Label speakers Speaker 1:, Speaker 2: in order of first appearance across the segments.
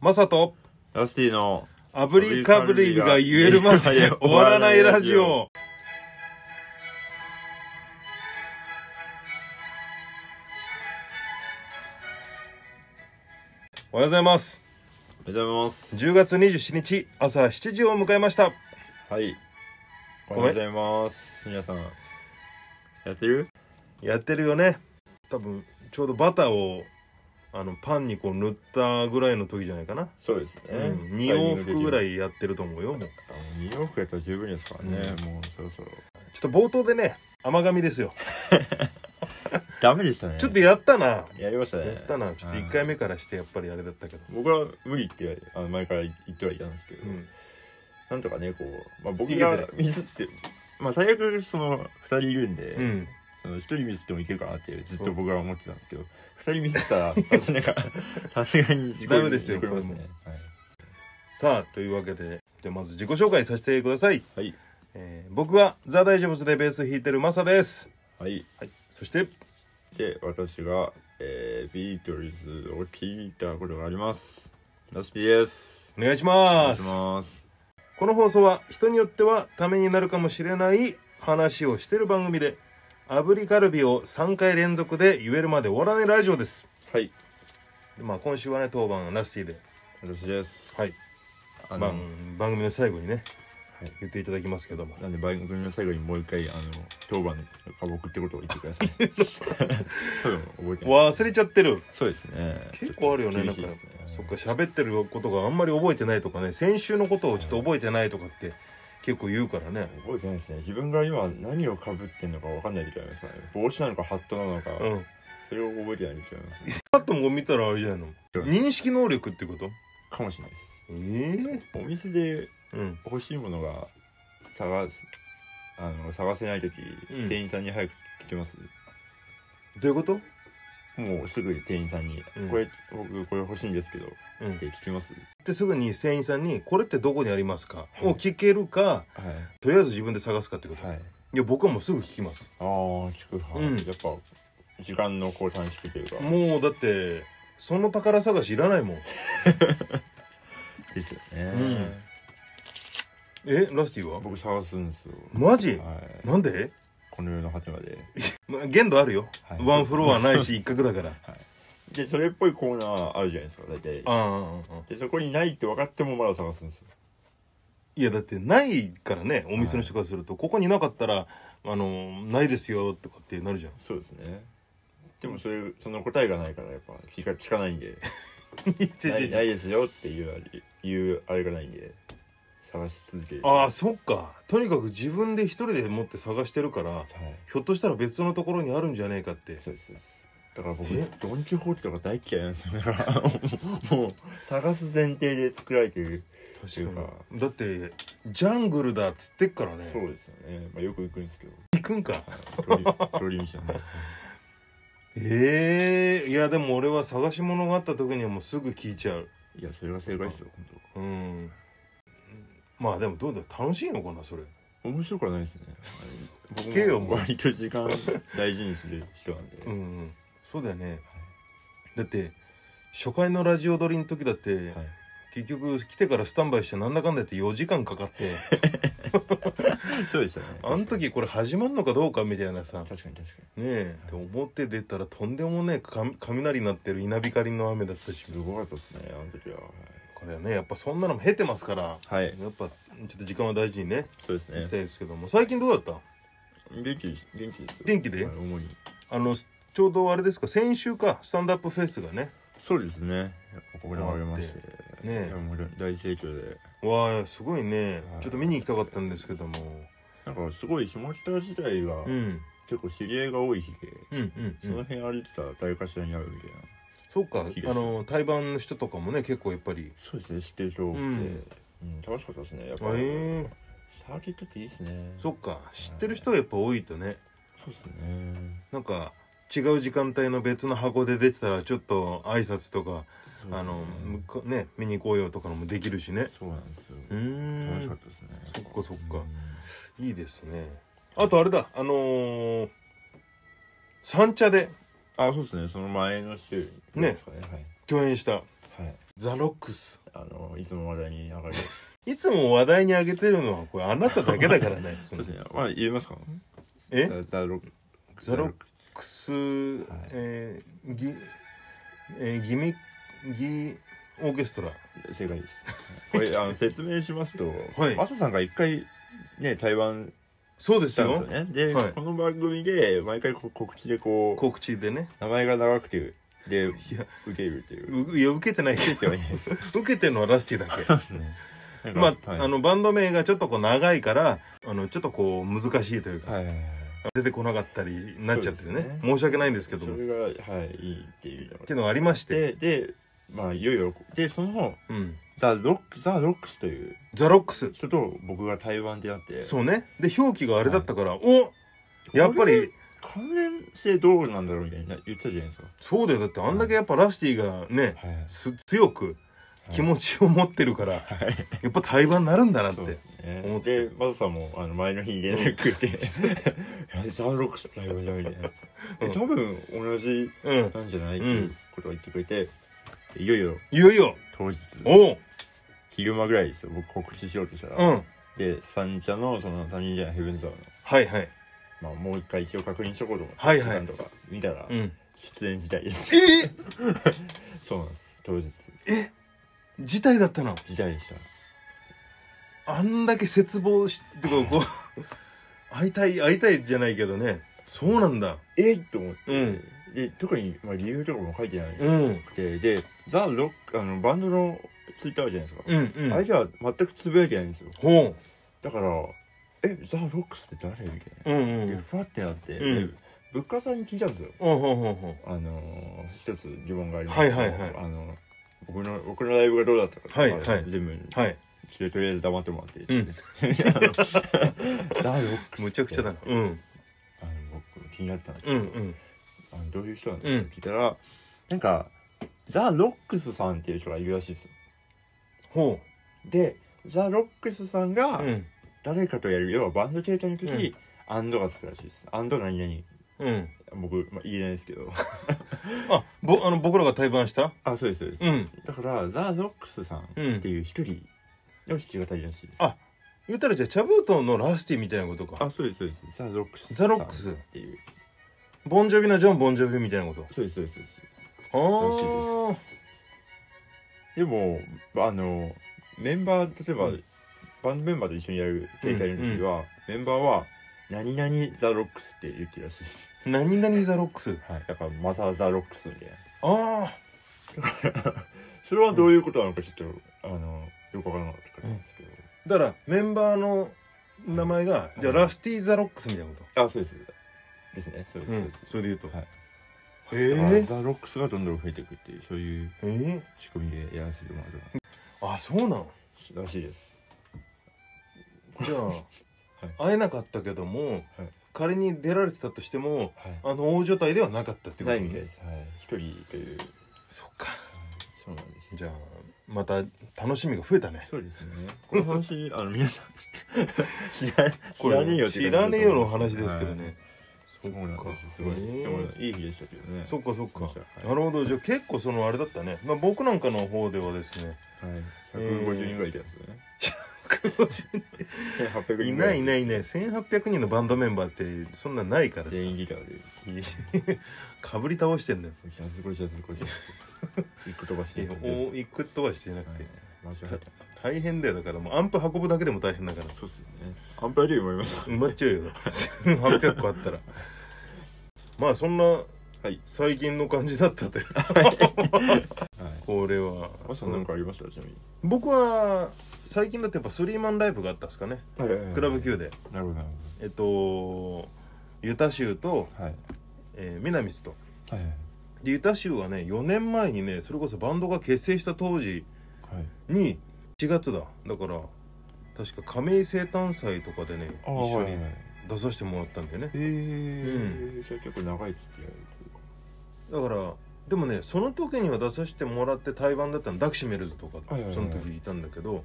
Speaker 1: マサと
Speaker 2: ラスティの
Speaker 1: 炙りかぶりが言えるまで 終わらないラジオ。おはようございます。
Speaker 2: おはようございます
Speaker 1: 10月27日朝7時を迎えました。
Speaker 2: はいおはようございます皆さんやってる
Speaker 1: やってるよね。多分ちょうどバターをあのパンにこう塗ったぐらいの時じゃないかな。
Speaker 2: そうですね
Speaker 1: うん、2往復ぐら
Speaker 2: い
Speaker 1: いやってると思うよ。もう
Speaker 2: 2往復やったら十分ですからね、もうそろそろ
Speaker 1: ちょっと冒頭でね甘噛みですよ。
Speaker 2: ダメでしたね
Speaker 1: ちょっとやったな。
Speaker 2: やりましたね
Speaker 1: やったなちょっと1回目からしてやっぱりあれだったけど、
Speaker 2: うん僕は無理ってあの前から言ってはいたんですけど、
Speaker 1: うん、
Speaker 2: なんとかねこう、まあ、僕
Speaker 1: いけ
Speaker 2: が
Speaker 1: て
Speaker 2: ミスってまあ最悪その2人いるんで、
Speaker 1: うん、
Speaker 2: その1人ミスってもいけるかなってずっと僕は思ってたんですけど2人ミスったらさすがにさすがに事故
Speaker 1: ダメですよ
Speaker 2: 事故りま
Speaker 1: これ
Speaker 2: ね
Speaker 1: さあというわけでじゃあまず自己紹介させてください、
Speaker 2: はい
Speaker 1: えー僕はザ・大丈夫ズでベース弾いてるマサです、
Speaker 2: はい、はい
Speaker 1: はい、そして
Speaker 2: で私が、えー、ビートルズを聞いたことがありますラスティです
Speaker 1: お願いし
Speaker 2: お願
Speaker 1: ま
Speaker 2: いし
Speaker 1: す
Speaker 2: ます
Speaker 1: この放送は人によってはためになるかもしれない話をしてる番組で炙りカルビを3回連続で言えるまで終わらないラジオです
Speaker 2: はい
Speaker 1: でまあ今週はね当番ラスティで、
Speaker 2: 私です
Speaker 1: はい
Speaker 2: あ
Speaker 1: ま
Speaker 2: の、
Speaker 1: あ番組の最後にね、
Speaker 2: はい
Speaker 1: 言っていただきますけども
Speaker 2: なんで番組の最後にもう一回あの当番の花木ってことを言ってくださ いそういうの覚えてない
Speaker 1: 忘れちゃってる
Speaker 2: そうですね
Speaker 1: 結構あるよね
Speaker 2: ちょ
Speaker 1: な
Speaker 2: っ
Speaker 1: ん
Speaker 2: と
Speaker 1: か
Speaker 2: 厳しいですね
Speaker 1: そっか喋ってることがあんまり覚えてないとかね先週のことをちょっと覚えてないとかって結構言うからね
Speaker 2: 覚えてないですね自分が今何をかぶってんのかわかんない時ありますからね帽子なのかハットなのか、
Speaker 1: うん
Speaker 2: それを覚えてない時ありますね
Speaker 1: パッとも見たらあれじゃないの
Speaker 2: うん
Speaker 1: 認識能力ってこと
Speaker 2: かもしれないです
Speaker 1: ええ
Speaker 2: お店で
Speaker 1: うん
Speaker 2: 欲しいものが探すあの探せない時、
Speaker 1: うん
Speaker 2: 店員さんに早く聞きます
Speaker 1: どういうこと
Speaker 2: もうすぐ店員さんに、
Speaker 1: うん
Speaker 2: これ僕これ欲しいんですけどっ
Speaker 1: うん
Speaker 2: て聞きます
Speaker 1: ってすぐに店員さんに「これってどこにありますか?」
Speaker 2: はい
Speaker 1: を聞けるか
Speaker 2: はい
Speaker 1: とりあえず自分で探すかってこと、、
Speaker 2: はいい
Speaker 1: や僕はもうすぐ聞きます
Speaker 2: ああ聞くは、
Speaker 1: うん
Speaker 2: やっぱ時間のこう短縮というか
Speaker 1: もうだってその宝探しいらないもん
Speaker 2: ですよ
Speaker 1: ん
Speaker 2: ね、
Speaker 1: えラスティは
Speaker 2: 僕探すんですよ、
Speaker 1: マジ
Speaker 2: はい、
Speaker 1: なんで
Speaker 2: この世の果てまで
Speaker 1: まあ限度あるよ、
Speaker 2: はい
Speaker 1: ワンフロアないし一角だから
Speaker 2: でそれっぽいコーナー あるじゃないですか大体
Speaker 1: ああああああ
Speaker 2: でそこにないって分かってもまだ探すんですよ
Speaker 1: いやだってないからねお店の人からすると、ここになかったらあのないですよとかってなるじゃん
Speaker 2: そうですねでもそれその答えがないからやっぱ聞か聞かないんでないないですよっていうあれいうあれがないんで探し続ける
Speaker 1: あ
Speaker 2: は
Speaker 1: あそっかとにかく自分で一人で持って探してるから
Speaker 2: い
Speaker 1: ひょっとしたら別のところにあるんじゃねえかって
Speaker 2: そうですそうですだから
Speaker 1: え
Speaker 2: 僕ドン・キホーテとか大嫌いなんですよだからもう探す前提で作られてる
Speaker 1: 確
Speaker 2: そ
Speaker 1: か
Speaker 2: うか
Speaker 1: にだってジャングルだっつってっからね
Speaker 2: そうですよ ね、まあ、よく行くんですけど
Speaker 1: 行くんか
Speaker 2: 通り道なんで
Speaker 1: ええいやでも俺は探し物があった時にはもうすぐ聞いちゃう
Speaker 2: いやそれが正解ですよ本
Speaker 1: うんまあでもどうだ楽しいのかなそれ
Speaker 2: 当面白くはないですねあれ
Speaker 1: 聞けよ
Speaker 2: 僕
Speaker 1: も
Speaker 2: も
Speaker 1: う
Speaker 2: 割と時間大事にする人 なんで、
Speaker 1: うんうんそうだよねだって初回のラジオ撮りの時だって、
Speaker 2: はい
Speaker 1: 結局来てからスタンバイしてなんだかんだ言って4時間かかって
Speaker 2: そうでしたね
Speaker 1: あの時これ始まるのかどうかみたいなさね
Speaker 2: 確かに確か
Speaker 1: えで表出たらとんでもねえか雷鳴ってる稲光の雨だったし
Speaker 2: にすごかったですねあの時は
Speaker 1: これはねやっぱそんなのも経てますから
Speaker 2: はい、
Speaker 1: やっぱちょっと時間は大事にね
Speaker 2: そうです
Speaker 1: 行きた
Speaker 2: ね
Speaker 1: いですけども最近どうだった
Speaker 2: 元気です元気ですよ
Speaker 1: 元気で
Speaker 2: はい主に
Speaker 1: あのちょうどあれですか先週かスタンダップフェスがね
Speaker 2: そうですねここで上げまして
Speaker 1: ねえ
Speaker 2: いやもう大成長で
Speaker 1: わあすごいね
Speaker 2: はい
Speaker 1: ちょっと見に行きたかったんですけども
Speaker 2: なんかすごい下北時代が
Speaker 1: うん
Speaker 2: 結構知り合いが多い日で、
Speaker 1: うんう
Speaker 2: そ
Speaker 1: んう
Speaker 2: の
Speaker 1: ん
Speaker 2: 辺歩いてたら誰かしらに会うみたいな
Speaker 1: そうかあの対バンの人とかもね結構やっぱり
Speaker 2: そうですね知ってる人多くて、
Speaker 1: う
Speaker 2: うんん楽しかったですねやっぱ、
Speaker 1: へえ
Speaker 2: サーキットっていいですね
Speaker 1: そっか知ってる人はやっぱ多いとね
Speaker 2: そうですね
Speaker 1: なんか違う時間帯の別の箱で出てたらちょっと挨拶とか
Speaker 2: そうですね
Speaker 1: あの向こうね見に行こうよとかのもできるしね
Speaker 2: そうなんですよ、
Speaker 1: うー
Speaker 2: 楽しかっ
Speaker 1: ん
Speaker 2: たですね
Speaker 1: そっかそっか
Speaker 2: うん
Speaker 1: いいですねあとあれだあのー、三茶で
Speaker 2: あそうですねその前の週
Speaker 1: ね
Speaker 2: ですかねはい
Speaker 1: 共演した
Speaker 2: はい
Speaker 1: ザ・ロックス
Speaker 2: あのいつも話題に上がる
Speaker 1: いつも話題に上げてるのはこれあなただけだからね その
Speaker 2: 確かにまあ言えますか
Speaker 1: え
Speaker 2: ザザロック
Speaker 1: ザロックス、えーギえーギミギオーケストラ
Speaker 2: 正解ですこれあの説明しますと、
Speaker 1: はい
Speaker 2: マサさんが一回ね台湾
Speaker 1: そうで
Speaker 2: し
Speaker 1: す
Speaker 2: たんです
Speaker 1: よ
Speaker 2: よねで、
Speaker 1: はい
Speaker 2: この番組で毎回こう告知でこう
Speaker 1: 告知でね
Speaker 2: 名前が長くてで受
Speaker 1: いや
Speaker 2: けるという
Speaker 1: ういや受けてない
Speaker 2: 受けてはいないです
Speaker 1: 受けてるのはラスティだけ
Speaker 2: ねなんか
Speaker 1: まあ、
Speaker 2: はい
Speaker 1: あのバンド名がちょっとこう長いからあのちょっとこう難しいというか、
Speaker 2: はいはいはい
Speaker 1: 出てこなかったりなっちゃってね
Speaker 2: そうですね
Speaker 1: 申し訳ないんですけど
Speaker 2: そ
Speaker 1: もっ
Speaker 2: れがはいいいっていうのが
Speaker 1: ていうのがありまして、
Speaker 2: ででまあいよいよでその
Speaker 1: うん、
Speaker 2: ザ・ロックザ・ロックスという
Speaker 1: ザ・ロックス
Speaker 2: 人と僕が台湾で会って
Speaker 1: そうねで表記があれだったから、おやっぱり
Speaker 2: 関連性どうなんだろうみたいな言ってたじゃないですか、
Speaker 1: そうだよだってあんだけやっぱラスティがね
Speaker 2: はい
Speaker 1: す強く気持ちを持ってるから、
Speaker 2: はい
Speaker 1: やっぱ対話になるんだなっ
Speaker 2: そう
Speaker 1: て
Speaker 2: ですね
Speaker 1: 思って
Speaker 2: でマサさんもあの前の日連 絡くれて「いやザ・ロックス台湾だ」みたいな
Speaker 1: うん
Speaker 2: え多分同じ
Speaker 1: うん
Speaker 2: なんじゃないっ
Speaker 1: う
Speaker 2: て
Speaker 1: ん
Speaker 2: いうことを言ってくれていよいよ
Speaker 1: いよいよ
Speaker 2: 当日
Speaker 1: おう
Speaker 2: 昼間ぐらいですよ僕告知しようとしたら、
Speaker 1: うん
Speaker 2: で三茶のその三人じゃないヘブンズワーの
Speaker 1: はいはい
Speaker 2: まあ、もう一回一応確認しとこうと思って、
Speaker 1: はいはい
Speaker 2: なんとか見たら、
Speaker 1: うん
Speaker 2: 出演時代です。
Speaker 1: えっ
Speaker 2: そうなんです。当日、
Speaker 1: 事態だったの
Speaker 2: 時代でした。
Speaker 1: あんだけ絶望してこうこう会いたい会いたいじゃないけどねそうなんだ
Speaker 2: えっと思って、
Speaker 1: うん
Speaker 2: で、特に、まあ、理由とかも書いてないく
Speaker 1: うん
Speaker 2: て、で、ザ・ロック、あの、バンドのツイッターあるじゃないですか。
Speaker 1: うんうん
Speaker 2: あれじゃ全くつぶやいてないんですよ。
Speaker 1: ほ
Speaker 2: だから、え、ザ・ロックスって誰みたいうな。
Speaker 1: うんう
Speaker 2: で、
Speaker 1: ん
Speaker 2: ふわってなって、
Speaker 1: うん
Speaker 2: でブッカーさんに聞いたんですよ。
Speaker 1: ほうほうほうほ
Speaker 2: あのー、一つ疑問があります。
Speaker 1: はいはいはい
Speaker 2: あの、僕の、僕のライブがどうだったかとか、
Speaker 1: はいはい
Speaker 2: 全部、
Speaker 1: うはい
Speaker 2: ちょとりあえず黙ってもらっていい。
Speaker 1: うん
Speaker 2: ザ・ロックス。
Speaker 1: むちゃくちゃだなうん
Speaker 2: あの僕気になってたんです
Speaker 1: う
Speaker 2: け
Speaker 1: ん
Speaker 2: ど、
Speaker 1: うん
Speaker 2: あのどういう人なんで
Speaker 1: う
Speaker 2: す
Speaker 1: ん
Speaker 2: か、聞いたらなんかザ・ロックスさんっていう人がいるらしいですよ
Speaker 1: ほ
Speaker 2: でザ・ロックスさん
Speaker 1: う
Speaker 2: が
Speaker 1: うん
Speaker 2: 誰かとやる要はバンド形態の時
Speaker 1: うん
Speaker 2: に、アンドがつくらしいですアンド何々
Speaker 1: うん
Speaker 2: 僕、まあ、言えないですけど
Speaker 1: あぼあの僕らが対バンした
Speaker 2: あそうですそうです、
Speaker 1: うん
Speaker 2: だからザ・ロックスさんっていう一人の弾き語りらしいです、
Speaker 1: あ言ったらじゃあチャブートンのラスティみたいなことか
Speaker 2: あそうですそうですザ・ロックスさん
Speaker 1: ザロックス
Speaker 2: っていう
Speaker 1: ボンジョビのジョン・ボンジョビみたいなこと
Speaker 2: そうですそうですそうです
Speaker 1: あ
Speaker 2: でもあのメンバー例えば、
Speaker 1: うん
Speaker 2: バンドメンバーと一緒にやる大会の時は、メンバーは「何々ザ・ロックス」って言ってるらしいです、
Speaker 1: あ何々ザ・ロックス
Speaker 2: はい、だから「マザー・ザ・ロックス」みたいな
Speaker 1: あ
Speaker 2: それはどういうことなのかちょっと、あのよくわからなかったんですけど、
Speaker 1: あだからメンバーの名前がじゃあラスティ・ザ・ロックスみたいなこと
Speaker 2: あそうですですねそうです、
Speaker 1: う
Speaker 2: うんです
Speaker 1: それで言うと
Speaker 2: はい
Speaker 1: へ
Speaker 2: だから
Speaker 1: え
Speaker 2: ザ・ロックスがどんどん増えていくっていうそういう
Speaker 1: え
Speaker 2: 仕組みでやらせてもらってま
Speaker 1: ーあそうなの
Speaker 2: すらしいです
Speaker 1: じゃあ、会えなかったけども、
Speaker 2: はい
Speaker 1: 仮に出られてたとしても
Speaker 2: はい
Speaker 1: あの大所帯ではなかったってこと
Speaker 2: ない
Speaker 1: ね
Speaker 2: みたいですはい一人という
Speaker 1: そっか
Speaker 2: そうなんです
Speaker 1: じゃあまた楽しみが増えたね
Speaker 2: そうですね。この話、あの、皆さん知ら、知らねえよって
Speaker 1: 知らねえよの話ですけどね、
Speaker 2: はい。そうなんです。すごい。
Speaker 1: へえ
Speaker 2: でも、いい日でしたけどね。
Speaker 1: そっかそっか、
Speaker 2: そうでした
Speaker 1: なるほどじゃあ結構そのあれだったね、まあ、僕なんかの方ではですね
Speaker 2: はい。
Speaker 1: え
Speaker 2: 150
Speaker 1: ー
Speaker 2: 人ぐらいいたんですよね。
Speaker 1: い
Speaker 2: 1800人ぐ
Speaker 1: な
Speaker 2: ら
Speaker 1: いいないいない1800人のバンドメンバーってそんなないからさ
Speaker 2: 全員ギターで。
Speaker 1: かぶり倒してんだよ
Speaker 2: ジャズコジャズコジャズコ。一個飛ばし
Speaker 1: い
Speaker 2: て。
Speaker 1: やお行く飛ばしてなくて、
Speaker 2: マジ入った。
Speaker 1: 大変だよだからもうアンプ運ぶだけでも大変だから
Speaker 2: そうっすよね。アンパイルもいました。
Speaker 1: 埋まっちゃうよ800個あったらまあそんな
Speaker 2: はい。
Speaker 1: 最近の感じだったという
Speaker 2: はい。
Speaker 1: これは
Speaker 2: マサなんかありましたちなみに。
Speaker 1: 僕は最近だってやっぱスリーマンライブがあったんですかねクラブ級
Speaker 2: で。
Speaker 1: で
Speaker 2: なるほどなる
Speaker 1: えっとユタ州と、
Speaker 2: ほど。はい。
Speaker 1: えー、南津と
Speaker 2: はい。
Speaker 1: でユタ州はね4年前にねそれこそバンドが結成した当時
Speaker 2: はい。
Speaker 1: に4月だだから確か亀井生誕祭とかでね
Speaker 2: ああ
Speaker 1: 一緒に
Speaker 2: はいはい
Speaker 1: 出させてもらったんだよね
Speaker 2: へえ、じゃあ結構長い付き合い
Speaker 1: だからでもねその時には出させてもらって対バンだったのダクシメルズとか
Speaker 2: はいはいはい
Speaker 1: その時いたんだけど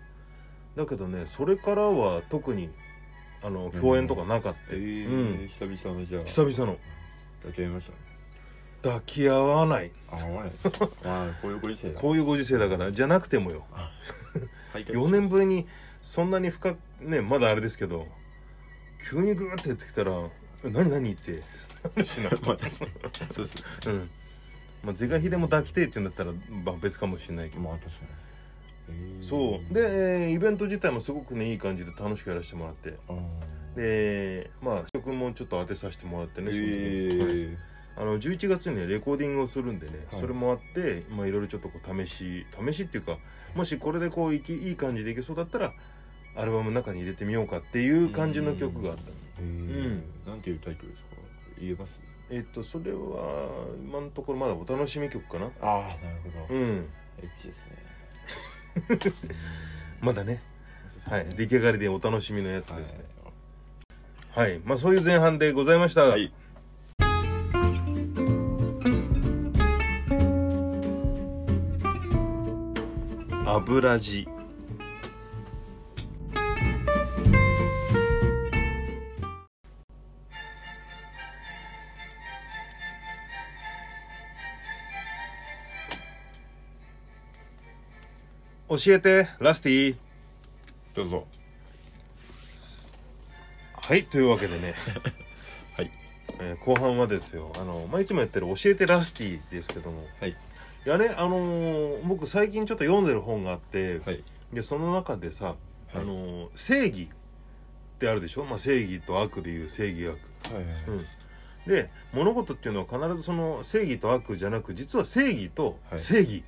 Speaker 1: だけどねそれからは特にあの
Speaker 2: うん
Speaker 1: 共演とかなかった、
Speaker 2: と
Speaker 1: う
Speaker 2: い
Speaker 1: ん
Speaker 2: うか。ええ、久々のじゃあ。
Speaker 1: 久々の
Speaker 2: 抱き合いました。
Speaker 1: 抱き合わない
Speaker 2: あ合わないまあこういうご時世だ
Speaker 1: こういうご時世だからじゃなくてもよ
Speaker 2: 解決
Speaker 1: 4年ぶりにそんなに深くねまだあれですけど急にグーってやってきたら「え何何?」ってなるしな
Speaker 2: まあ確かにそうで
Speaker 1: う
Speaker 2: す
Speaker 1: んまあ是が非でも抱きてえって言うんだったら、まあ、別かもしれないけど
Speaker 2: まあ確 かに、えー
Speaker 1: そうでえーイベント自体もすごくねいい感じで楽しくやらせてもらって
Speaker 2: あー
Speaker 1: でまあ試食もちょっと当てさせてもらってね、
Speaker 2: え
Speaker 1: その時にはい
Speaker 2: ー
Speaker 1: あの11月にねレコーディングをするんでね、
Speaker 2: はい
Speaker 1: それもあってまあいろいろちょっとこう試し試しっていうかもしこれでこういきいい感じでいけそうだったらアルバムの中に入れてみようかっていう感じの曲があったの
Speaker 2: えーなんていうタイトルですか言えます
Speaker 1: えっとそれは今のところまだお楽しみ曲かな
Speaker 2: ああなるほど
Speaker 1: うん
Speaker 2: エッチですね
Speaker 1: まだねはい出来上がりでお楽しみのやつですねはい、まあそういう前半でございました、
Speaker 2: はいはい
Speaker 1: 油地教えてラスティ
Speaker 2: どうぞ
Speaker 1: はいというわけで ね、
Speaker 2: はい
Speaker 1: えー後半はですよあの、まあ、いつもやってる「教えてラスティ」ですけども
Speaker 2: はい
Speaker 1: いやねあのー僕最近ちょっと読んでる本があって、
Speaker 2: はい
Speaker 1: でその中でさ、
Speaker 2: はい
Speaker 1: あのー正義ってあるでしょ、まあ、正義と悪でいう正義悪
Speaker 2: はいはい
Speaker 1: で物事っていうのは必ずその正義と悪じゃなく実は正義と
Speaker 2: はい
Speaker 1: 正義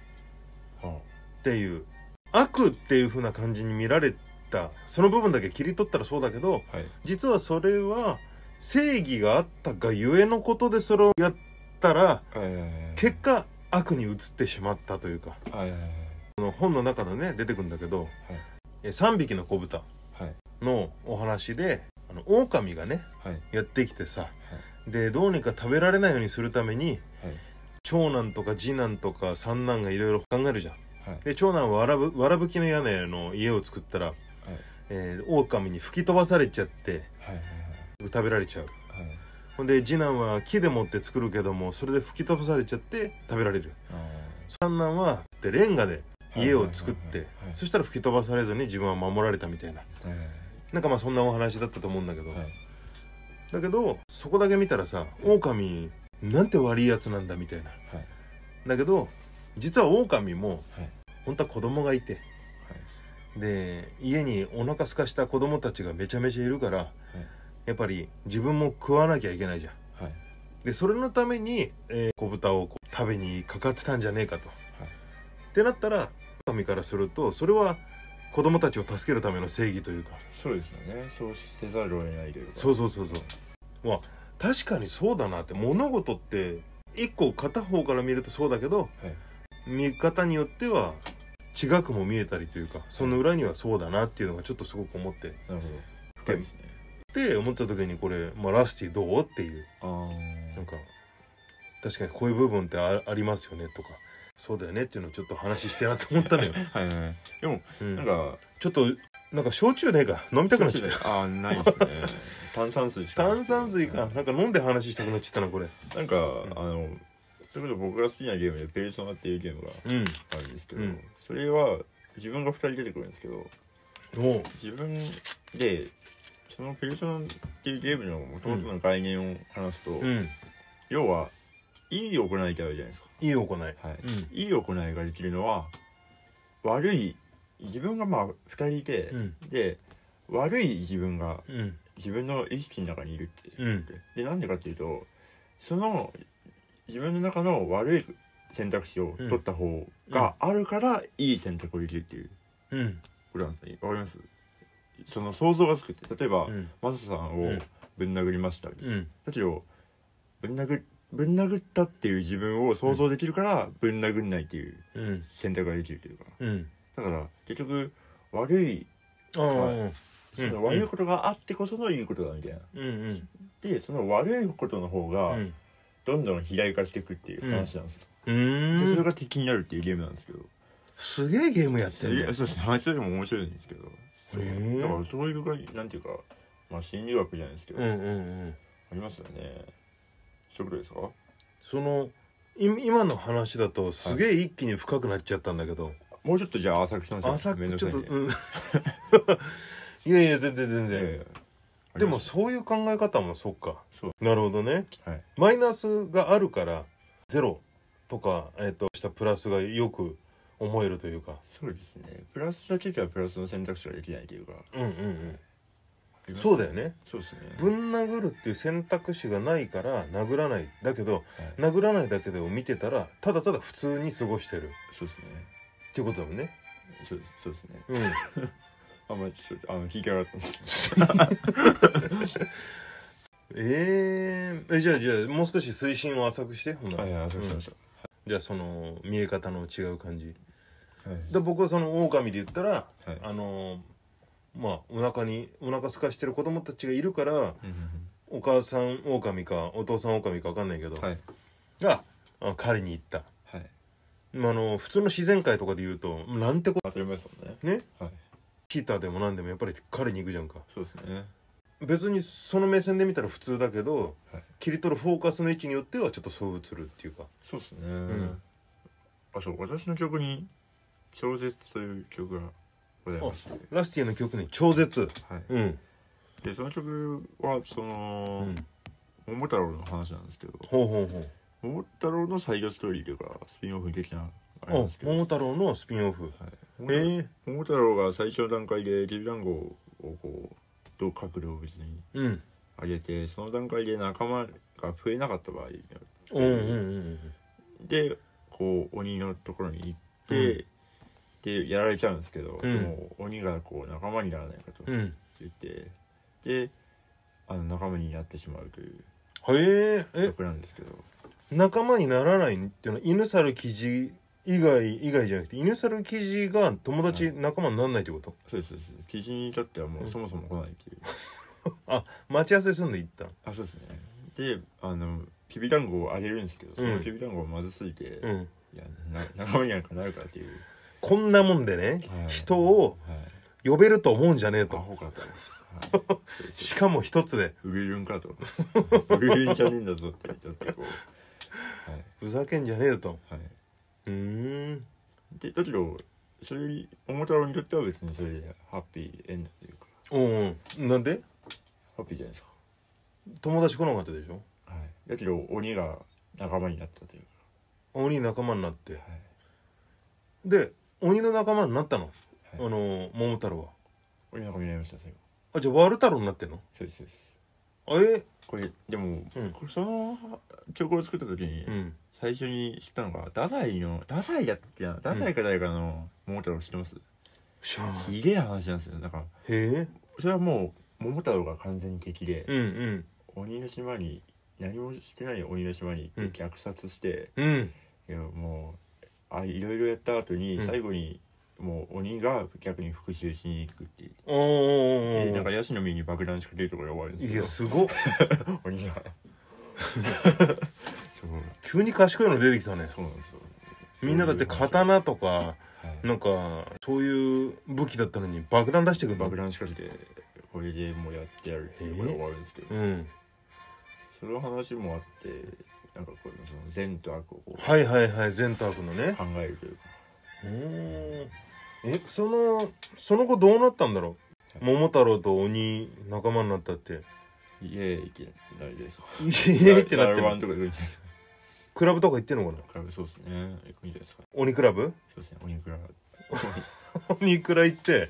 Speaker 2: は
Speaker 1: っていう、悪っていう風な感じに見られたその部分だけ切り取ったらそうだけど
Speaker 2: あはい
Speaker 1: 実はそれは正義があったがゆえのことでそれをやったら
Speaker 2: はいはいはい
Speaker 1: 結果悪に移ってしまったというか
Speaker 2: はいはいはい
Speaker 1: この本の中でね出てくるんだけど
Speaker 2: はい
Speaker 1: 「え3匹の子豚
Speaker 2: はい」
Speaker 1: のお話であの狼がね
Speaker 2: はいはい
Speaker 1: やってきてさでどうにか食べられないようにするために長男とか次男とか三男がいろいろ考えるじゃん。
Speaker 2: はい
Speaker 1: で長男はわらぶわらぶきの屋根の家を作ったら、えー、狼に吹き飛ばされちゃって
Speaker 2: はいはい
Speaker 1: 食べられちゃう。
Speaker 2: はいはい
Speaker 1: ほんで次男は木でもって作るけどもそれで吹き飛ばされちゃって食べられる
Speaker 2: あ
Speaker 1: 三男はでレンガで
Speaker 2: ー
Speaker 1: 家を作っ
Speaker 2: は
Speaker 1: て
Speaker 2: いはい
Speaker 1: そしたら吹き飛ばされずに自分は守られたみたいな
Speaker 2: はいはい
Speaker 1: なんかまあそんなお話だったと思うんだけど、
Speaker 2: はいはい
Speaker 1: だけどそこだけ見たらさ狼なんて悪いやつなんだみたいな
Speaker 2: はい
Speaker 1: だけど実は狼も
Speaker 2: はい
Speaker 1: 本当は子供がいてで家にお腹空かした子供たちがめちゃめちゃいるから、やっぱり自分も食わなきゃいけないじゃん
Speaker 2: はい
Speaker 1: でそれのために、えー子豚をこう食べにかかってたんじゃねえかと、ってなったら神からするとそれは子供たちを助けるための正義というか
Speaker 2: そうですよねそうせざるを得ないというか
Speaker 1: そうそうそうそうまあ確かにそうだなって物事って一個片方から見るとそうだけど、
Speaker 2: はい
Speaker 1: 見方によっては違くも見えたりというかその裏にはそうだなっていうのがちょっとすごく思って
Speaker 2: なるほど深いですね
Speaker 1: で思った時にこれ、まあ、ラスティどうっていう
Speaker 2: あ
Speaker 1: なんか確かにこういう部分ってあありますよねとかそうだよねっていうのをちょっと話してなと思った のよ、
Speaker 2: あはいはいはいでも
Speaker 1: うん
Speaker 2: なんか
Speaker 1: ちょっとなんか焼酎ねえか飲みたくなっちゃったよ
Speaker 2: あーないですね炭酸水しかない
Speaker 1: 炭酸水かなんか飲んで話したくなっちゃったなこれ
Speaker 2: なんかあのということで僕が好きなゲームで「ペルソナ」っていうゲームが
Speaker 1: うん
Speaker 2: あるんですけど、
Speaker 1: うん
Speaker 2: それは自分が2人出てくるんですけど
Speaker 1: おう
Speaker 2: 自分でその「ペルソナ」っていうゲームの元々の概念を話すと、
Speaker 1: うん
Speaker 2: 要はいい行いってあるじゃないですか、
Speaker 1: いい行い
Speaker 2: はい
Speaker 1: うん
Speaker 2: いい行いができるのは悪い自分がまあ2人いて、
Speaker 1: うん
Speaker 2: で悪い自分が
Speaker 1: うん
Speaker 2: 自分の意識の中にいるっていう
Speaker 1: うん
Speaker 2: でなんでかっていうとその自分の中の悪い選択肢を取った方があるからいい選択をできるっていう
Speaker 1: うん
Speaker 2: これなんですねわかりますその想像がつくって例えば、
Speaker 1: うん
Speaker 2: マサさん
Speaker 1: う
Speaker 2: を
Speaker 1: ん
Speaker 2: ぶん殴りました、
Speaker 1: うん
Speaker 2: だけどぶん殴ぶん殴ったっていう自分を想像できるからぶん殴んないっていう
Speaker 1: うん
Speaker 2: 選択ができるというか
Speaker 1: うん
Speaker 2: だから結局悪い
Speaker 1: ああ
Speaker 2: はそ
Speaker 1: うん
Speaker 2: の悪いことがあってこそのいいことだみたいな。
Speaker 1: うんうん
Speaker 2: でその悪いことの方
Speaker 1: う
Speaker 2: が
Speaker 1: ん
Speaker 2: どんどん肥大化していくっていう話なんですよ、
Speaker 1: う
Speaker 2: でそ
Speaker 1: ー
Speaker 2: れ
Speaker 1: ん
Speaker 2: が敵になるっていうゲームなんですけど、
Speaker 1: すげえゲームやって
Speaker 2: そ
Speaker 1: んね
Speaker 2: うですね話でも面白いんですけどそう
Speaker 1: へえ
Speaker 2: だからそういう概なんていうか、まあ、心理学じゃないですけど、
Speaker 1: うん
Speaker 2: あ
Speaker 1: うんうん
Speaker 2: りますよねそういうことですか
Speaker 1: そのい今の話だとすげえ一気に深くなっちゃったんだけど、
Speaker 2: もうちょっとじゃあ浅くしましょう
Speaker 1: 浅く
Speaker 2: めんど
Speaker 1: ちょっと、
Speaker 2: くさいね
Speaker 1: うんいやいや全然全
Speaker 2: いやいや
Speaker 1: 然、
Speaker 2: いや
Speaker 1: でもそういう考え方もそっか
Speaker 2: そう
Speaker 1: なるほどね
Speaker 2: はい
Speaker 1: マイナスがあるからゼロとか、えっとしたプラスがよく思えるというか
Speaker 2: そうですねプラスだけではプラスの選択肢ができないというか
Speaker 1: うんうんうんそうだよね
Speaker 2: そうですね
Speaker 1: ぶん殴るっていう選択肢がないから殴らないだけど
Speaker 2: はい
Speaker 1: 殴らないだけでを見てたらただただ普通に過ごしてる
Speaker 2: そうですね
Speaker 1: っていうことだもんね
Speaker 2: そうですそうですね
Speaker 1: うん
Speaker 2: あんまりちょっとあの聞いてなかったんですけど
Speaker 1: えー、えじゃあじゃあもう少し推進を浅くしてほんなら
Speaker 2: はいはい浅くしましょ
Speaker 1: じゃあその見え方の違う感じ
Speaker 2: うはい
Speaker 1: で僕はその狼で言ったら
Speaker 2: はい
Speaker 1: あのまあお腹にお腹空かしてる子供たちがいるから
Speaker 2: うんうん
Speaker 1: お母さん狼かお父さん狼か分かんないけど、
Speaker 2: うんはい
Speaker 1: があ狩りに行った、
Speaker 2: はい
Speaker 1: まあ、あの普通の自然界とかで言うとなんてこ
Speaker 2: 当たり前ですもんね
Speaker 1: とね
Speaker 2: はい
Speaker 1: チーターでもなんでもやっぱり狩りに行くじゃんか
Speaker 2: そうですね
Speaker 1: 別にその目線で見たら普通だけど、
Speaker 2: はい
Speaker 1: 切り取るフォーカスの位置によってはちょっとそう映るっていうか
Speaker 2: そうですね、
Speaker 1: ん
Speaker 2: あそう私の曲に「超絶」という曲がございまして
Speaker 1: ラスティの曲に超絶
Speaker 2: はい
Speaker 1: うん、
Speaker 2: でその曲はそ
Speaker 1: うん
Speaker 2: の、桃太郎の話なんですけど
Speaker 1: ほうほうほう
Speaker 2: 桃太郎のサイドストーリーというかスピンオフ的なあれなん
Speaker 1: お
Speaker 2: ですけど、はい
Speaker 1: 桃太郎のスピンオフ
Speaker 2: 桃
Speaker 1: え
Speaker 2: 太
Speaker 1: ー、
Speaker 2: 桃太郎が最初の段階できびだんごをこうどう角度を別に
Speaker 1: うん
Speaker 2: 上げてその段階で仲間が増えなかった場合
Speaker 1: うんうんうん
Speaker 2: でこう鬼のところに行って、
Speaker 1: うん
Speaker 2: でやられちゃうんですけど、
Speaker 1: うん
Speaker 2: でも鬼がこう仲間にならないかと
Speaker 1: うんうん
Speaker 2: 言って、であの仲間になってしまうという
Speaker 1: へええ
Speaker 2: 曲なんですけど
Speaker 1: 仲間にならないっていうのは犬猿キジ以外以外じゃなくて犬猿キジが友達、
Speaker 2: は
Speaker 1: 仲間にならないってこと
Speaker 2: そうですそうです基準に至ってはも
Speaker 1: う
Speaker 2: うんそもそも来ないっていう、
Speaker 1: 待ち合わせすんで行った
Speaker 2: あそうですねであのきびだんごをあげるんですけどその
Speaker 1: うん
Speaker 2: きびだんごがまずすぎて、
Speaker 1: う
Speaker 2: い
Speaker 1: ん
Speaker 2: やな 仲間になんかなるかっていう、
Speaker 1: こんなもんでね
Speaker 2: はい
Speaker 1: 人を、
Speaker 2: はい、
Speaker 1: 呼べると思うんじゃねえ
Speaker 2: ア
Speaker 1: と
Speaker 2: ホかと、はい、そうです
Speaker 1: しかも一つで
Speaker 2: ウグイルンかとウグイルンじゃねえんだぞって言ってこうはい
Speaker 1: ふざけんじゃねえと
Speaker 2: はいう
Speaker 1: ーん
Speaker 2: でだけどそれ桃太郎にとっては別にそれでハッピーエンドというか
Speaker 1: うんうんなんで
Speaker 2: ハッピーじゃないですか
Speaker 1: 友達来なかったでしょ
Speaker 2: はいだけど鬼が仲間になったという
Speaker 1: 鬼仲間になっ
Speaker 2: か
Speaker 1: て
Speaker 2: はい
Speaker 1: で鬼の仲間になったの、
Speaker 2: はい
Speaker 1: あの桃太郎は
Speaker 2: 鬼の仲間になりました最後
Speaker 1: あじゃあワル太郎になってんの
Speaker 2: そうですそうです
Speaker 1: あえ
Speaker 2: これでも、
Speaker 1: うん
Speaker 2: これその曲を作った時に、
Speaker 1: うん
Speaker 2: 最初に知ったのが太宰の太宰だっけな太宰か誰かの桃太郎知ってます、
Speaker 1: 知らないへ
Speaker 2: ひげえ話なんですよだから
Speaker 1: え
Speaker 2: それはもう桃太郎が完全に敵で、
Speaker 1: うんうん
Speaker 2: 鬼の島に何もしてない鬼の島に
Speaker 1: う
Speaker 2: 行
Speaker 1: ん
Speaker 2: って虐殺して、
Speaker 1: うん
Speaker 2: いやもうあいろいろやった後に
Speaker 1: うん
Speaker 2: 最後にもう鬼が逆に復讐しに行くっていう、
Speaker 1: おーおーおー
Speaker 2: でなんかヤシの実に爆弾仕掛けるところが終わるん
Speaker 1: いや
Speaker 2: です
Speaker 1: すごっ
Speaker 2: けど 鬼がそう
Speaker 1: 急に賢いの出てきたね
Speaker 2: そうなんですよ
Speaker 1: みんなだって
Speaker 2: 刀
Speaker 1: 刀とか
Speaker 2: はい
Speaker 1: なんかそういう武器だったのに爆弾出してくるの
Speaker 2: 爆弾仕掛けてこれでもうやってやるっていうところが終わるんですけど、
Speaker 1: うん
Speaker 2: その話もあってなんかこうその善と悪をこう
Speaker 1: はいはいはい全太君のね
Speaker 2: 考えるというか
Speaker 1: おーえそのその後どうなったんだろう
Speaker 2: はい
Speaker 1: 桃太郎と鬼仲間になったって
Speaker 2: 家へ行けないです
Speaker 1: いえってなって
Speaker 2: ライブワン
Speaker 1: る
Speaker 2: とか行くんじゃないですか
Speaker 1: クラブとか行ってんのかな
Speaker 2: クラブそうですね行くんじゃないですか
Speaker 1: 鬼クラブ
Speaker 2: そうですね鬼クラ
Speaker 1: 鬼クラ行って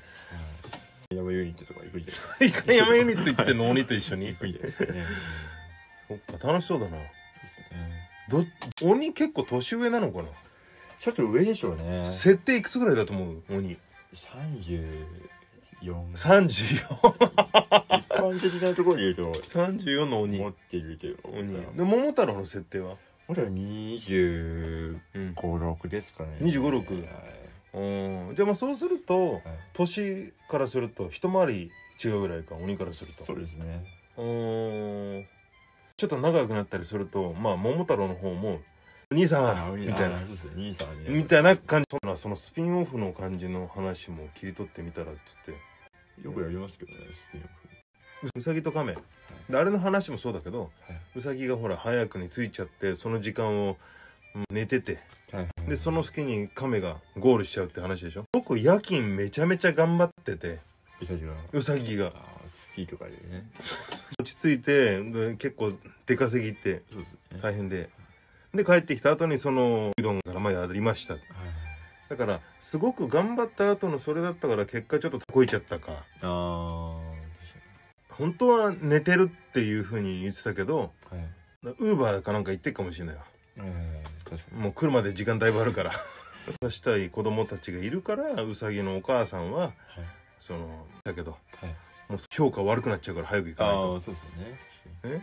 Speaker 2: 山ユニットとか行くんじゃないですか
Speaker 1: 一回 やめにって言ってんの鬼と一緒に
Speaker 2: 行くんじゃないですかね
Speaker 1: そっか楽しそうだな
Speaker 2: そうですね
Speaker 1: ど鬼結構年上なのかな
Speaker 2: ちょっと上でしょうね
Speaker 1: 設定いくつぐらいだと思う鬼
Speaker 2: 34一
Speaker 1: 3434
Speaker 2: 般的なところで言うと
Speaker 1: の鬼
Speaker 2: 持ってるけど
Speaker 1: 鬼で
Speaker 2: ま
Speaker 1: 桃太郎の設定は
Speaker 2: だ256
Speaker 1: うん
Speaker 2: ですかね
Speaker 1: 25 6
Speaker 2: はい
Speaker 1: じゃあまあそうすると
Speaker 2: はい
Speaker 1: 年からすると一回り違うぐらいか鬼からすると
Speaker 2: そうですね
Speaker 1: うーんちょっと仲良くなったりするとまあ桃太郎の方も「兄さ
Speaker 2: あ
Speaker 1: ん!」
Speaker 2: 鬼
Speaker 1: みたいな
Speaker 2: あそうですね兄さんみたいな
Speaker 1: みたいな感じそんなそのスピンオフの感じの話も切り取ってみたらっつって
Speaker 2: よくやりますけどねスピンオフ
Speaker 1: ううさぎと亀であれの話もそうだけど、
Speaker 2: はいう
Speaker 1: さぎがほら早くに着いちゃってその時間を寝てて
Speaker 2: はいはい
Speaker 1: でその隙に亀がゴールしちゃうって話でしょ僕夜勤めちゃめちゃ頑張ってて
Speaker 2: ウサギが
Speaker 1: ウサギが
Speaker 2: あースキーとかでね
Speaker 1: 落ち着いてで結構出稼ぎって
Speaker 2: そうですね
Speaker 1: 大変でで帰ってきた後にそのうどんからまあやりました
Speaker 2: はい
Speaker 1: だからすごく頑張った後のそれだったから結果ちょっとたこいちゃったか
Speaker 2: あ
Speaker 1: 本当は寝てるっていうふうに言ってたけど
Speaker 2: あはい
Speaker 1: ウーバーかなんか行ってっかもしれないわ
Speaker 2: えー確かに
Speaker 1: もう来るまで時間だいぶあるから出したい子供たちがいるからウサギのお母さんは
Speaker 2: はい
Speaker 1: そのだけど
Speaker 2: はい
Speaker 1: もう評価悪くなっちゃうから早く行かない
Speaker 2: あ
Speaker 1: と
Speaker 2: あそうですよ
Speaker 1: え
Speaker 2: ね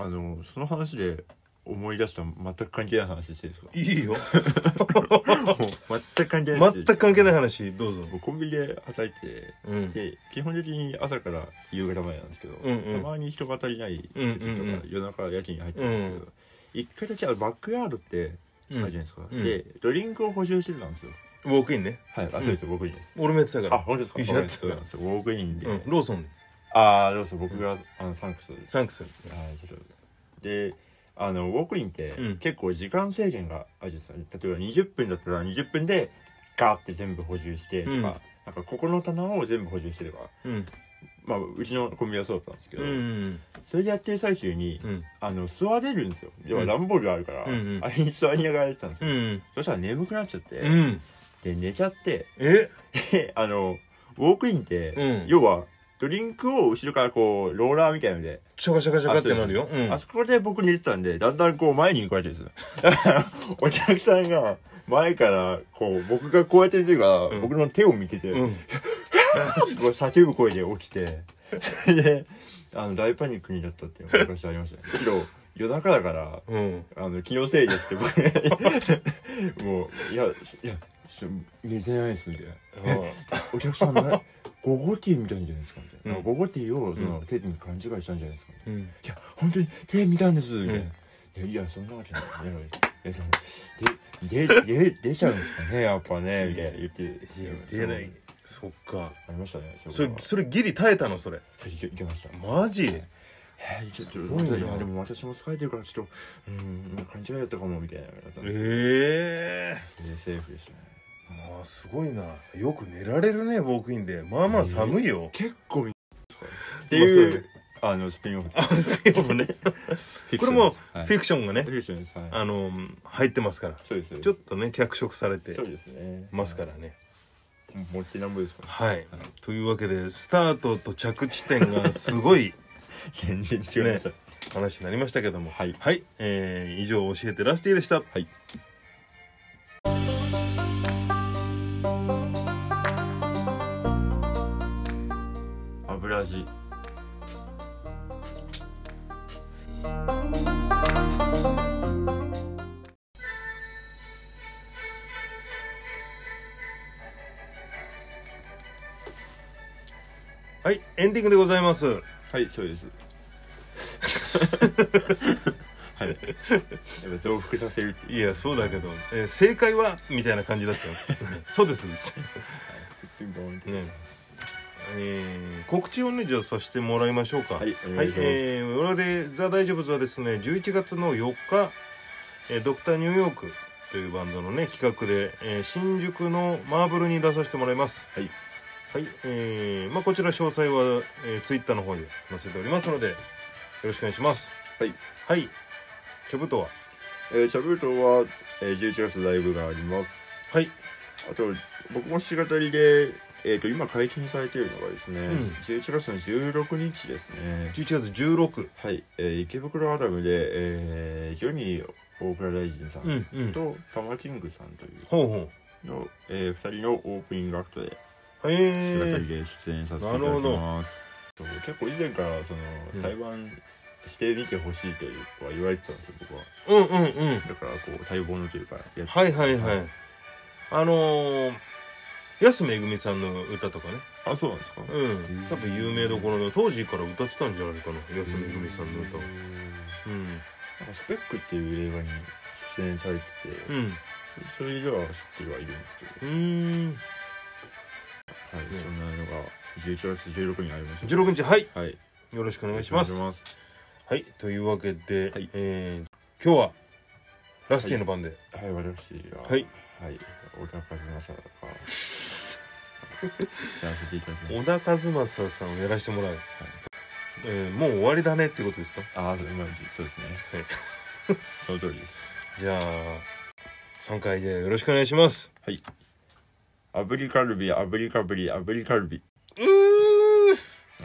Speaker 2: あのその話で思い出した全く関係ない話していいですか
Speaker 1: いいよ
Speaker 2: もう全く関係ない話
Speaker 1: 全く関係ない話どうぞ、
Speaker 2: 僕コンビニで働いて
Speaker 1: うん、
Speaker 2: てで基本的に朝から夕方までなんですけど、
Speaker 1: うんうん
Speaker 2: たまに人が足りない時とか、
Speaker 1: うんうんうん
Speaker 2: 夜中夜勤に入ってるんですけど、
Speaker 1: う
Speaker 2: 一回だけあのバックヤードってあ
Speaker 1: う
Speaker 2: るじゃ
Speaker 1: ん
Speaker 2: ないですか、
Speaker 1: うん
Speaker 2: でドリンクを補充してたんですよ
Speaker 1: ウォークインね
Speaker 2: はいあそうです、僕にです
Speaker 1: 俺もやってたか
Speaker 2: あ
Speaker 1: ら、
Speaker 2: 本当ですか
Speaker 1: いや
Speaker 2: そうなんですそうなんですウォークインで、
Speaker 1: うん、ローソン
Speaker 2: ああどうぞ僕があのサンクスです
Speaker 1: サンクス
Speaker 2: はい、ちょっとであのウォークインって
Speaker 1: うん
Speaker 2: 結構時間制限があるんですよね、例えば20分だったら20分でガーって全部補充してとか、
Speaker 1: うん
Speaker 2: なんかここの棚を全部補充してれば
Speaker 1: うん
Speaker 2: まあうちのコンビニはそうだったんですけ
Speaker 1: う
Speaker 2: ど、
Speaker 1: んうん
Speaker 2: それでやってる最中に、
Speaker 1: うん
Speaker 2: あの座れるんですよ要は
Speaker 1: うん
Speaker 2: 段ボールがあるから、
Speaker 1: うんうん
Speaker 2: あれに座りながらやってたんです
Speaker 1: う
Speaker 2: よ、
Speaker 1: ん
Speaker 2: そしたら眠くなっちゃって、
Speaker 1: うん
Speaker 2: で寝ちゃって
Speaker 1: え
Speaker 2: であのウォークインって、
Speaker 1: うん
Speaker 2: 要はドリンクを後ろからこうローラーみたいなので
Speaker 1: シャカシャカシャカってなるようん
Speaker 2: あそこで僕寝てたんで、だんだんこう前に行くわけですよ。だから お客さんが前から、こう、僕がこうやってる時が、
Speaker 1: うん
Speaker 2: 僕の手を見てて、
Speaker 1: う
Speaker 2: こ
Speaker 1: ん
Speaker 2: う叫ぶ声で起きて、で、あの、大パニックになったっていう昔ありましたね。けど、夜中だから、
Speaker 1: うん
Speaker 2: あの、気のせいですって僕、もう、いや、いや、ちょ寝てないですみたいな。お客さんな、午後ティーみたいなんじゃないですかみたいな。
Speaker 1: うん
Speaker 2: 午後ティーをその手に勘違いしたんじゃないですかみたいな。いや、本当に手見たんです。みたいなでいや、そんなわけない。いやいや、でも、で、で、で、出ちゃうんですかね、やっぱね、みたいな言って。
Speaker 1: いや出ないそっか
Speaker 2: ありましたね。
Speaker 1: それ
Speaker 2: う
Speaker 1: それギリ耐えたのそれ
Speaker 2: いけました。
Speaker 1: マジ
Speaker 2: えー、ちょっと、
Speaker 1: すごいない
Speaker 2: や、でも私も疲れてるから、ちょっと、うん、感じがやったかも、みたいな。だったんで
Speaker 1: ええ
Speaker 2: セーフでしたね。
Speaker 1: まあすごいなよく寝られるねウォークインでまあまあ寒いよ
Speaker 2: 結構見
Speaker 1: っ
Speaker 2: っていう、あの、スピンオフ。
Speaker 1: あそうよねこれもフ
Speaker 2: はい、フ
Speaker 1: ィクションがね
Speaker 2: ィクションです。はい
Speaker 1: あの入ってますから
Speaker 2: そうです。
Speaker 1: ちょっとね脚色されて
Speaker 2: そうですね。
Speaker 1: ますからね
Speaker 2: はい。持ってなんぼですから。
Speaker 1: はいというわけでスタートと着地点がすごい
Speaker 2: 全然違いました。
Speaker 1: 話になりましたけども
Speaker 2: はい
Speaker 1: はい、えー以上教えてラスティでした
Speaker 2: はい油味
Speaker 1: はいエンディングでございます
Speaker 2: はいそうですはいやっぱ増幅させるって
Speaker 1: いやそうだけど、えー正解はみたいな感じだったよ そうですねえー告知をねじゃあさせてもらいましょうか
Speaker 2: はいお願いします
Speaker 1: えー我々「ザ・大丈夫ズ」はですね11月の4日、えードクターニューヨークというバンドのね企画で、えー新宿のマーブルに出させてもらいます
Speaker 2: はい
Speaker 1: はいえーまあ、こちら詳細は、えー、ツイッターの方で載せておりますのでよろしくお願いします
Speaker 2: はい
Speaker 1: はいチョブとは
Speaker 2: えー、チャブートは、えー、11月ライブがあります
Speaker 1: はい
Speaker 2: あと僕も弾き語りでえっ、と今解禁されているのがですね、
Speaker 1: うん
Speaker 2: 11月の16日ですね
Speaker 1: 11月16
Speaker 2: はい、えー、池袋アダムで、えー、ジョニー大倉大臣さん
Speaker 1: うんうん
Speaker 2: とタマキングさんという
Speaker 1: ほうほ
Speaker 2: の、えー、2人のオープニングアクトで
Speaker 1: うへえ
Speaker 2: 姿
Speaker 1: ー、
Speaker 2: で出演させていただきます、結構以前からその、
Speaker 1: うん
Speaker 2: 台湾してみてほしいというか言われてたんですよ僕は
Speaker 1: うんうんうん
Speaker 2: だからこう待望のというかやって
Speaker 1: はいはいはい、
Speaker 2: は
Speaker 1: あのー、安めぐみさんの歌とかね
Speaker 2: あそうなんですか、
Speaker 1: うん多分有名どころで当時から歌ってたんじゃないかな安めぐみさんの歌を
Speaker 2: うん
Speaker 1: うん
Speaker 2: なんかスペックっていう映画に出演されてて、
Speaker 1: うん
Speaker 2: そそれ以上は知ってはいるんですけど、
Speaker 1: うーん
Speaker 2: はい、
Speaker 1: うん
Speaker 2: そんなのが11月16日にあります
Speaker 1: 16日はい
Speaker 2: はい
Speaker 1: よろしくお願いします
Speaker 2: お願いします
Speaker 1: はいというわけで、
Speaker 2: はい
Speaker 1: えー今日はラスティの番で、
Speaker 2: はい、私は、
Speaker 1: はい、
Speaker 2: はい、小田和正が やらせていただきます。
Speaker 1: 小田和正さんをやらせてもらう、えーもう終わりだねってことですか
Speaker 2: ああ、そう今そうですね。
Speaker 1: はい
Speaker 2: その通りです。
Speaker 1: じゃあ3回でよろしくお願いします
Speaker 2: はい。炙りカルビ、炙りカブリ、炙りカルビ。
Speaker 1: うー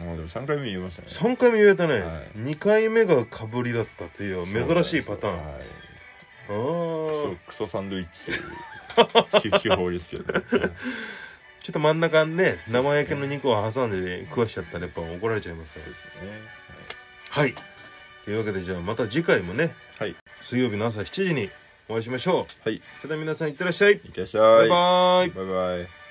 Speaker 2: あーでも3回目言いましたね。
Speaker 1: 3回目言えたね、
Speaker 2: はい
Speaker 1: 二2回目がかぶりだったという珍しいパターンあ
Speaker 2: はい
Speaker 1: あ
Speaker 2: クソ
Speaker 1: ー
Speaker 2: クソサンドイッチと いう手法ですけど、ね、
Speaker 1: ちょっと真ん中にね生焼けの肉を挟んで食わしちゃったらやっぱ怒られちゃいますか
Speaker 2: そうですね
Speaker 1: らはいというわけでじゃあまた次回もね
Speaker 2: はい、はい、
Speaker 1: 水曜日の朝7時にお会いしましょう
Speaker 2: はい
Speaker 1: それでは皆さんいってらっしゃい、
Speaker 2: いってらっしゃい
Speaker 1: バイバイ
Speaker 2: バイバイ